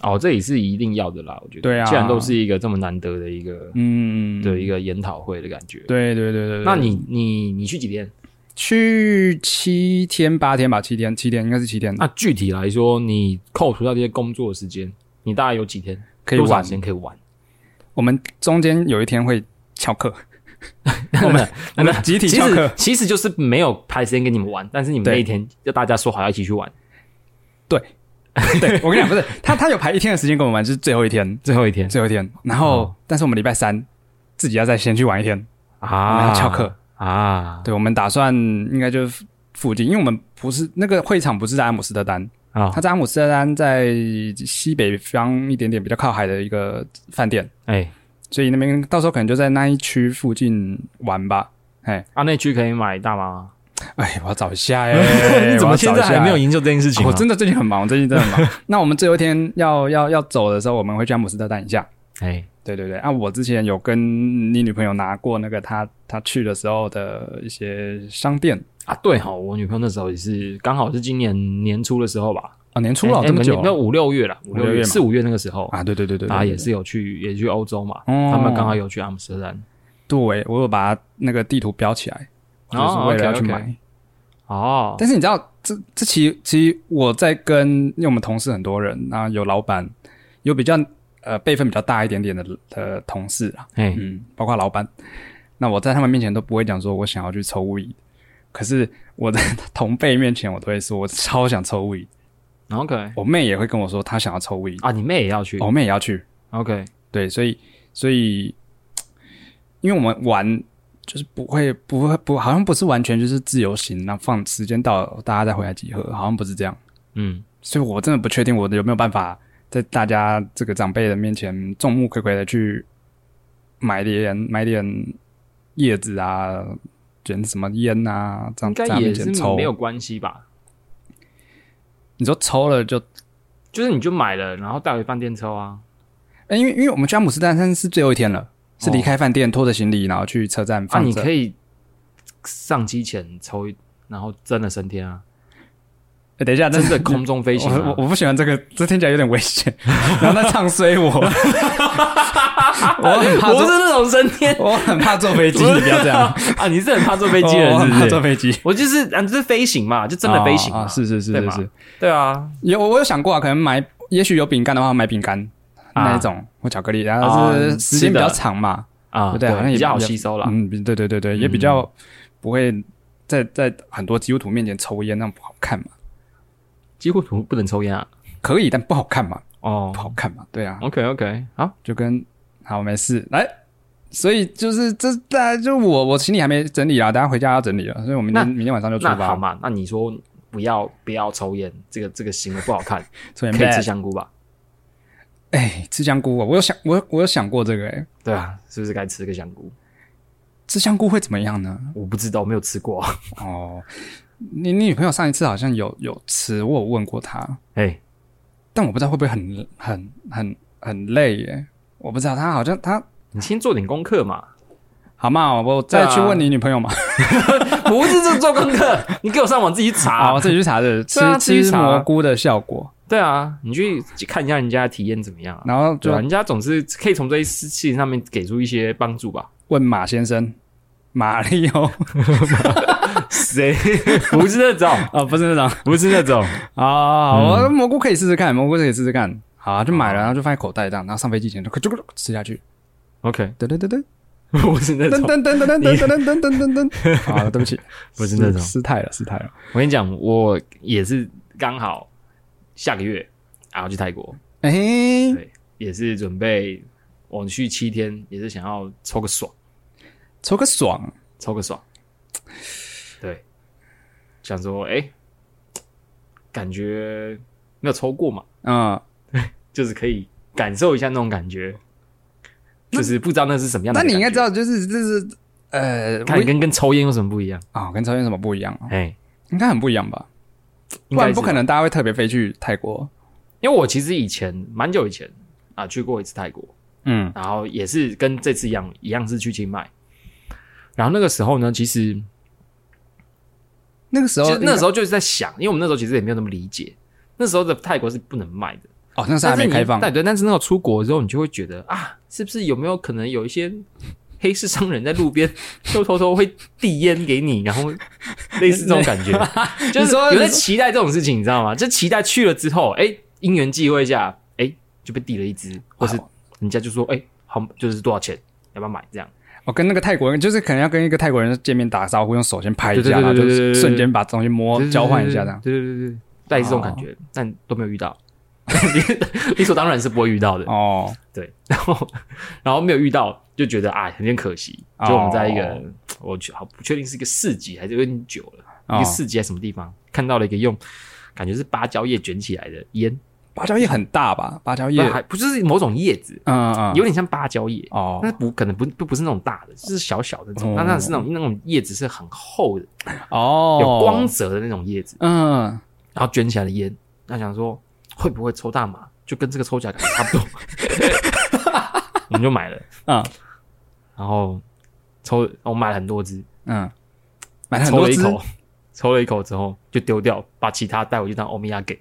Speaker 2: 哦，这也是一定要的啦，我觉得。
Speaker 1: 对啊
Speaker 2: 既然都是一个这么难得的一个
Speaker 1: 嗯，
Speaker 2: 的一个研讨会的感觉，
Speaker 1: 对对对对对，
Speaker 2: 那你你你去几天？
Speaker 1: 去七天八天吧，七天七天应该是七天，
Speaker 2: 那具体来说，你扣除掉这些工作的时间，你大概有几天
Speaker 1: 可以
Speaker 2: 多少
Speaker 1: 玩
Speaker 2: 时。间可以玩？
Speaker 1: 我们中间有一天会翘课，
Speaker 2: [LAUGHS] 我们 [LAUGHS]
Speaker 1: 我们集体
Speaker 2: 其
Speaker 1: 翘
Speaker 2: 实 [LAUGHS]
Speaker 1: 课。
Speaker 2: 其实就是没有排时间跟你们玩，但是你们
Speaker 1: 对
Speaker 2: 那一天就大家说好要一起去玩，
Speaker 1: 对，我跟你讲，不是他，他有排一天的时间跟我们玩，就是最后一天，
Speaker 2: 最后一天
Speaker 1: 最后一天。然后，
Speaker 2: 哦
Speaker 1: 但是我们礼拜三自己要再先去玩一天，我们
Speaker 2: 啊
Speaker 1: 要翘课。
Speaker 2: 啊
Speaker 1: 对，我们打算应该就是附近，因为我们不是那个会场不是在阿姆斯特丹，
Speaker 2: 啊
Speaker 1: 他在阿姆斯特丹在西北方一点点比较靠海的一个饭店，
Speaker 2: 哎，
Speaker 1: 所以那边到时候可能就在那一区附近玩吧。哎
Speaker 2: 啊那区可以买大麻吗？
Speaker 1: 哎，我要找一下
Speaker 2: [LAUGHS]
Speaker 1: 哎，
Speaker 2: 你怎
Speaker 1: 我要找
Speaker 2: 么现
Speaker 1: 一
Speaker 2: 在还
Speaker 1: 下
Speaker 2: 没有研究这件事情啊？
Speaker 1: 我哦真的最近很忙，我最近真的很忙。那我们最后一天要要要走的时候，我们会去阿姆斯特丹一下。
Speaker 2: 哎
Speaker 1: 对对对，啊，我之前有跟你女朋友拿过那个她她去的时候的一些商店
Speaker 2: 啊对哈，我女朋友那时候也是刚好是今年年初的时候吧，
Speaker 1: 哦，年初了
Speaker 2: 哎
Speaker 1: 这么
Speaker 2: 哎
Speaker 1: 久
Speaker 2: 那
Speaker 1: 了
Speaker 2: 五六月了，五
Speaker 1: 五六
Speaker 2: 六
Speaker 1: 月嘛
Speaker 2: 四五月那个时候
Speaker 1: 啊，对对对对，
Speaker 2: 啊
Speaker 1: 对
Speaker 2: 也，是有去也去欧洲嘛，
Speaker 1: 哦
Speaker 2: 他们刚好有去阿姆斯特丹。
Speaker 1: 对我有把那个地图标起来，我就是
Speaker 2: 哦
Speaker 1: 为了要去
Speaker 2: OK，OK
Speaker 1: 买。
Speaker 2: 哦，
Speaker 1: 但是你知道，这这其实其实我在跟，因为我们同事很多人，然后有老板，有比较呃辈分比较大一点点的的同事啊，
Speaker 2: 哎，
Speaker 1: 嗯，包括老板。那我在他们面前都不会讲说我想要去抽 weed，可是我的同辈面前我都会说我超想抽 weed。
Speaker 2: OK
Speaker 1: 我妹也会跟我说她想要抽 weed，、
Speaker 2: 啊，你妹也要去
Speaker 1: 我妹也要去。
Speaker 2: ？OK，
Speaker 1: 对，所以所以，因为我们玩就是不会不会不好像不是完全就是自由行，那放时间到了大家再回来集合，好像不是这样。
Speaker 2: 嗯，
Speaker 1: 所以我真的不确定我有没有办法在大家这个长辈的面前众目睽睽的去买点买点叶子啊，卷什么烟啊，这
Speaker 2: 应
Speaker 1: 样
Speaker 2: 该
Speaker 1: 在他面
Speaker 2: 也是
Speaker 1: 前抽
Speaker 2: 没。有关系吧？
Speaker 1: 你说抽了就，
Speaker 2: 就是你就买了，然后带回饭店抽啊。
Speaker 1: 哎，因为因为我们去阿姆斯特丹是最后一天了，是离开饭店拖着行李，然后去车站
Speaker 2: 哦啊，
Speaker 1: 放
Speaker 2: 你
Speaker 1: 着。
Speaker 2: 可以上机前抽一，然后真的升
Speaker 1: [LAUGHS]
Speaker 2: 天啊，
Speaker 1: 哎等一下，那
Speaker 2: 真的空中飞行、
Speaker 1: 我我
Speaker 2: 啊。
Speaker 1: 我不喜欢这个，这听起来有点危险。 [LAUGHS] 然后他唱衰
Speaker 2: [LAUGHS]
Speaker 1: 我，我很怕
Speaker 2: 不
Speaker 1: 坐，
Speaker 2: 是那种升天
Speaker 1: 我很怕坐飞机，你不要这样。
Speaker 2: [LAUGHS]
Speaker 1: 哦
Speaker 2: 啊！你是很怕坐飞机的人
Speaker 1: 我
Speaker 2: 是
Speaker 1: 很
Speaker 2: 不
Speaker 1: 怕
Speaker 2: 是？
Speaker 1: 坐飞机，
Speaker 2: 我就是啊，就是飞行嘛，就真的飞行
Speaker 1: 啊，
Speaker 2: 嘛，
Speaker 1: 啊是是是
Speaker 2: 对
Speaker 1: 是
Speaker 2: 嘛
Speaker 1: 是。
Speaker 2: 对啊，
Speaker 1: 有我有想过啊，可能买，也许有饼干的话买饼干
Speaker 2: 啊
Speaker 1: 那一种或巧克力，然后
Speaker 2: 啊
Speaker 1: 是时间
Speaker 2: 吃
Speaker 1: 比
Speaker 2: 的
Speaker 1: 较长嘛，
Speaker 2: 啊，
Speaker 1: 对对好像也
Speaker 2: 比较好
Speaker 1: 比较
Speaker 2: 吸收啦。
Speaker 1: 嗯，比对对对对，也比较
Speaker 2: 嗯
Speaker 1: 不会在在很多基督徒面前抽烟，那样不好看嘛。
Speaker 2: 基督徒不能抽烟啊。
Speaker 1: 可以，但不好看嘛，
Speaker 2: 哦
Speaker 1: 不好看嘛，对啊，
Speaker 2: ，OK OK，好，
Speaker 1: 就跟好没事来。所以就是这大家就我我行李还没整理啊，等下回家要整理了，所以我明天
Speaker 2: 那
Speaker 1: 明天晚上就出
Speaker 2: 那好
Speaker 1: 发。
Speaker 2: 嘛，那你说不要不要抽烟，这个这个行为不好看，
Speaker 1: 所
Speaker 2: 可以吃香菇吧？
Speaker 1: 哎吃香菇啊，我有想我有我有想过这个哎、
Speaker 2: 对啊，是不是该吃个香菇？
Speaker 1: 吃香菇会怎么样呢？
Speaker 2: 我不知道，我没有吃过。啊
Speaker 1: 哦，你你女朋友上一次好像有有吃，我有问过她，
Speaker 2: [LAUGHS] 哎，
Speaker 1: 但我不知道会不会很很很很累耶，我不知道她好像她
Speaker 2: 你先做点功课嘛， [LAUGHS]
Speaker 1: 好嘛，我再
Speaker 2: 啊
Speaker 1: 去问你女朋友嘛，
Speaker 2: 不是这做功课， [LAUGHS] 你给我上网自己
Speaker 1: 好，
Speaker 2: 查
Speaker 1: 我。自己去查的，吃
Speaker 2: 啊对啊自己
Speaker 1: 吃
Speaker 2: 查
Speaker 1: 蘑菇的效果，
Speaker 2: 对啊，你去看一下人家的体验怎么样啊？
Speaker 1: 然后
Speaker 2: 对
Speaker 1: 就
Speaker 2: 啊，人家总是可以从这一事情上面给出一些帮助吧。
Speaker 1: 问马先生。马里奥
Speaker 2: 谁不是那种，嗯
Speaker 1: 啊，不是那种
Speaker 2: 哦 [LAUGHS] 不是那种，
Speaker 1: 啊，我蘑菇可以试试看，蘑菇可以试试看，好啊，就买了，
Speaker 2: 哦
Speaker 1: 然后就放在口袋这样，然后上飞机前就就吃下去，
Speaker 2: OK，
Speaker 1: 噔噔噔噔
Speaker 2: 不是那
Speaker 1: 噔
Speaker 2: 种。
Speaker 1: 噔噔噔噔噔噔噔噔
Speaker 2: [LAUGHS]
Speaker 1: 噔，好了，对不起，
Speaker 2: 不是那种
Speaker 1: 失态了，失态了。
Speaker 2: 我跟你讲，我也是刚好下个月然后去泰国，
Speaker 1: 哎、
Speaker 2: 对，也是准备我去七天，也是想要抽个爽，
Speaker 1: 抽个爽，
Speaker 2: 抽个爽。对，想说，哎、感觉没有抽过嘛，
Speaker 1: 嗯，
Speaker 2: 就是可以感受一下那种感觉，就是不知道那是什么样的
Speaker 1: 那
Speaker 2: 感觉。
Speaker 1: 你应该知道，就是就是呃，
Speaker 2: 看
Speaker 1: 我
Speaker 2: 跟跟抽烟有什么不一样？
Speaker 1: 啊、跟抽烟有什么不一样啊？
Speaker 2: 哎，
Speaker 1: 应该很不一样吧？
Speaker 2: 应
Speaker 1: 不
Speaker 2: 该
Speaker 1: 然
Speaker 2: 是
Speaker 1: 不可，能大家会特别飞去泰国。
Speaker 2: 因为我其实以前蛮久以前啊去过一次泰国，
Speaker 1: 嗯
Speaker 2: 然后也是跟这次一样，一样是去清迈。然后那个时候呢，其实
Speaker 1: 那个时
Speaker 2: 其
Speaker 1: 候
Speaker 2: 实，那时
Speaker 1: 候
Speaker 2: 候就是在想，因为我们那时候其实也没有那么理解，那时候的泰国是不能卖的，
Speaker 1: 哦，那时候还
Speaker 2: 但是
Speaker 1: 没
Speaker 2: 你
Speaker 1: 开放
Speaker 2: 对对，但是那个出国之后，你就会觉得啊，是不是有没有可能有一些黑市商人在路边就偷偷会递烟给你，然后类似这种感觉，就
Speaker 1: 你
Speaker 2: 是
Speaker 1: 说
Speaker 2: 有在
Speaker 1: 你说
Speaker 2: 期待这种事情，你知道吗？就期待去了之后，哎，因缘际会下，哎，就被递了一支，或是人家就说，哎，好，就是多少钱，要不要买这样。
Speaker 1: 哦，跟那个泰国人，就是可能要跟一个泰国人见面打招呼，用手先拍一
Speaker 2: 对对
Speaker 1: 下，
Speaker 2: 对
Speaker 1: 然后就
Speaker 2: 对对对对
Speaker 1: 是
Speaker 2: 对
Speaker 1: 瞬间把东西摸
Speaker 2: 对
Speaker 1: 交换一下这样。。
Speaker 2: 对对对对对，大概是这种感觉，但都没有遇到，理理所当然是不会遇到的。
Speaker 1: 哦，
Speaker 2: 对，然后 [LAUGHS] 然后没有遇到，就觉得啊有点可惜。
Speaker 1: 哦
Speaker 2: 就我们在一个我去好不确定是一个市集还是有点久了，
Speaker 1: 哦
Speaker 2: 一个市集在什么地方看到了一个用感觉是芭蕉叶卷起来的烟，
Speaker 1: 芭蕉叶很大吧？芭蕉叶
Speaker 2: 不，还不就是某种叶子，
Speaker 1: 嗯嗯，
Speaker 2: 有点像芭蕉叶。
Speaker 1: 哦
Speaker 2: 但是不可能不不不是那种大的，就是小小的那种
Speaker 1: 哦，
Speaker 2: 那那是那种那种叶子是很厚的，
Speaker 1: 哦，
Speaker 2: 有光，泽的那种叶子。
Speaker 1: 嗯，
Speaker 2: 然后卷起来的烟，他想说会不会抽大麻，就跟这个抽起来感觉差不多，我们就买了， [LAUGHS]
Speaker 1: 嗯
Speaker 2: 然后抽，我买了很多支，
Speaker 1: 嗯，买了很
Speaker 2: 抽
Speaker 1: 多
Speaker 2: 了一
Speaker 1: 支，
Speaker 2: 口，抽了一口之后就丢掉，把其他带回去当欧米茄给，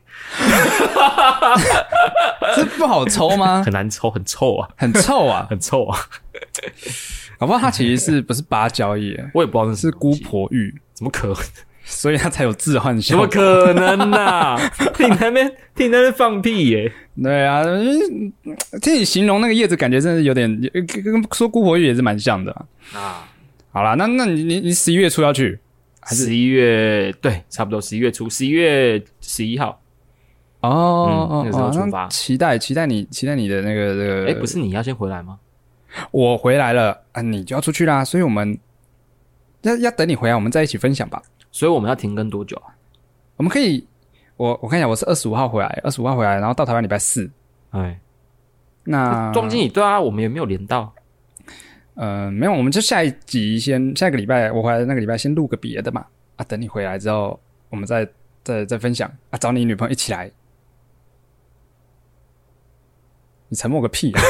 Speaker 1: 这不好抽 [LAUGHS] 吗？
Speaker 2: 很难抽，很臭啊，
Speaker 1: 很臭啊！
Speaker 2: 很臭啊，
Speaker 1: 搞不好它其实是不是芭蕉叶， [LAUGHS]
Speaker 2: 我也不知道那是什
Speaker 1: 是
Speaker 2: 么
Speaker 1: 姑
Speaker 2: 东西，
Speaker 1: 婆芋，
Speaker 2: 怎么可
Speaker 1: 所以它才有致幻
Speaker 2: 怎
Speaker 1: 效
Speaker 2: 么
Speaker 1: 果。
Speaker 2: 可能呐、 [LAUGHS] 听你那边听你那边放屁耶、
Speaker 1: 对啊，嗯听你形容那个叶子，感觉真的有点跟跟跟说姑婆芋也是蛮像的啊、
Speaker 2: 啊，
Speaker 1: 好啦，那那你你你十一月初要去还是
Speaker 2: 十一月对，差不多十一月初，十一月十一号。
Speaker 1: 哦哦
Speaker 2: 那个时候
Speaker 1: 哦，
Speaker 2: 出
Speaker 1: 那
Speaker 2: 发
Speaker 1: 期待期待你期待你的那个这个，
Speaker 2: 哎、不是你要先回来吗？
Speaker 1: 我回来了啊，你就要出去啦，所以我们要要等你回来，我们再一起分享吧。
Speaker 2: 所以我们要停更多久啊？
Speaker 1: 我们可以，我我看一下，我是二十五号回来，二十五号回来，然后到台湾礼拜四。
Speaker 2: 哎，
Speaker 1: 那
Speaker 2: 中间也对啊，我们也没有连到。 [LAUGHS]
Speaker 1: 呃，没有，我们就下一集先，下个礼拜我回来的那个礼拜先录个别的嘛。啊，等你回来之后，我们再再再分享啊，找你女朋友一起来。你沉默个屁、啊！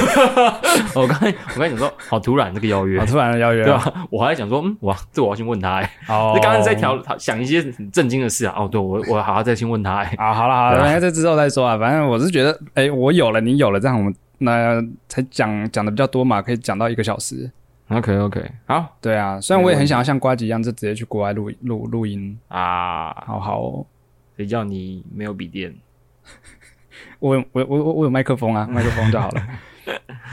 Speaker 2: 我刚才我刚才想说，好突然这个邀约
Speaker 1: 好，突然的邀约
Speaker 2: [LAUGHS] [LAUGHS] 对
Speaker 1: 啊，
Speaker 2: 啊？我还想说，嗯，哇，这我要先问他、哎，
Speaker 1: 哦
Speaker 2: 那刚刚在调想一些很震惊的事啊。哦，对，我我好好再先问他、 [LAUGHS] 哎，
Speaker 1: 啊，好了好了，
Speaker 2: 对啊
Speaker 1: 反正这之后再说啊。反正我是觉得，哎、我有了，你有了，这样我们那才讲讲的比较多嘛，可以讲到一个小时。
Speaker 2: OK OK，好
Speaker 1: 对啊，虽然我也很想要像瓜吉一样，就直接去国外录录录音，
Speaker 2: 啊，
Speaker 1: 好好、哦。
Speaker 2: 谁叫你没有笔电？
Speaker 1: 我有我我我我有麦克风
Speaker 2: [LAUGHS]
Speaker 1: 啊，麦克风就好了。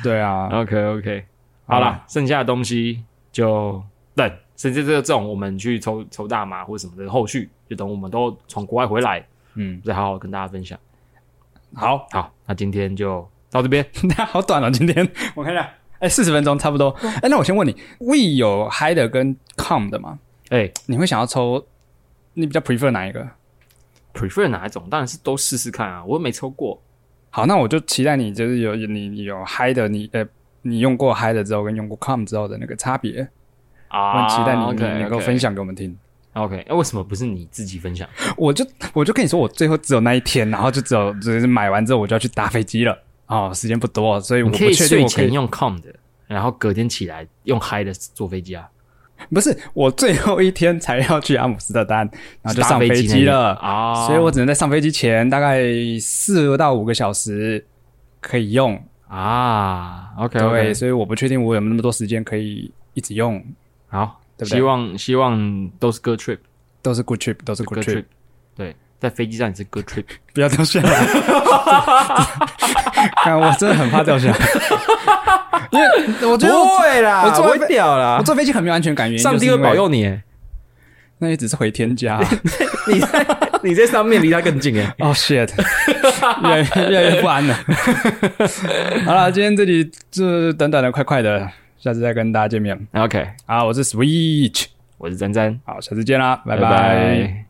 Speaker 1: 对啊，
Speaker 2: OK OK，
Speaker 1: 好
Speaker 2: 好
Speaker 1: 啦
Speaker 2: 啦，剩下的东西就等，甚至这个这种我们去抽抽大麻或者什么的后续，就等我们都从国外回来，
Speaker 1: 嗯，
Speaker 2: 再好好跟大家分享。
Speaker 1: 好，
Speaker 2: [LAUGHS] 好，那今天就到这边。
Speaker 1: [LAUGHS] 那好短哦，今天 [LAUGHS] 我看一下，哎，四十分钟差不多。哎，那我先问你，We 有 High 的跟 Com 的吗？
Speaker 2: 哎、
Speaker 1: 你会想要抽？你比较 prefer 哪一个？
Speaker 2: prefer 哪一种？当然是都试试看啊，我又没抽过。
Speaker 1: 好，那我就期待你就是有你你有 High 的，你呃，你用过 High 的之后跟用过 Com 之后的那个差别，我
Speaker 2: 啊
Speaker 1: 很期待你、
Speaker 2: OK，
Speaker 1: 你能够
Speaker 2: OK
Speaker 1: 分享给我们听。
Speaker 2: OK，哎、为什么不是你自己分享？
Speaker 1: 我就我就跟你说，我最后只有那一天，然后就只有就是买完之后我就要去搭飞机了。哦，时间不多，所以我
Speaker 2: 你
Speaker 1: 不
Speaker 2: 可以
Speaker 1: 确定
Speaker 2: 睡
Speaker 1: 我可
Speaker 2: 前
Speaker 1: 以。
Speaker 2: 用 com 的，然后隔天起来用 high 的坐飞机啊，
Speaker 1: 不是，我最后一天才要去阿姆斯特丹，然后就上
Speaker 2: 搭飞
Speaker 1: 机
Speaker 2: 那个
Speaker 1: 了。
Speaker 2: 啊。
Speaker 1: 所以我只能在上飞机前大概四到五个小时可以用。
Speaker 2: 啊，OK
Speaker 1: 对，
Speaker 2: OK，
Speaker 1: 所以我不确定我有没有那么多时间可以一直用。
Speaker 2: 好，
Speaker 1: 对不对
Speaker 2: 希望希望都是 good trip。
Speaker 1: 都是 good trip，都是 good
Speaker 2: good
Speaker 1: trip，
Speaker 2: trip，对，在飞机上也是
Speaker 1: [LAUGHS]
Speaker 2: good trip。
Speaker 1: 不要掉下
Speaker 2: [LAUGHS]
Speaker 1: 来。看，我真的很怕掉
Speaker 2: [LAUGHS]
Speaker 1: 下来，因为我觉得我
Speaker 2: 会啦
Speaker 1: 啊我坐飞
Speaker 2: 掉啦
Speaker 1: 我坐飞机很没有安全感，原因
Speaker 2: 上帝
Speaker 1: 就是
Speaker 2: 会
Speaker 1: 因为
Speaker 2: 保佑你 [LAUGHS] 耶，
Speaker 1: 那也只是回天家。
Speaker 2: 你在你在上面离他更近哎。
Speaker 1: 哦、shit，越来越越来越不安了。 [LAUGHS] 好了，今天这里就短短的、快快的，下次再跟大家见面。
Speaker 2: [LAUGHS] OK，
Speaker 1: 啊，我是 Switch，
Speaker 2: 我是詹詹，
Speaker 1: 好，下次见啦，拜
Speaker 2: 拜
Speaker 1: 拜
Speaker 2: 拜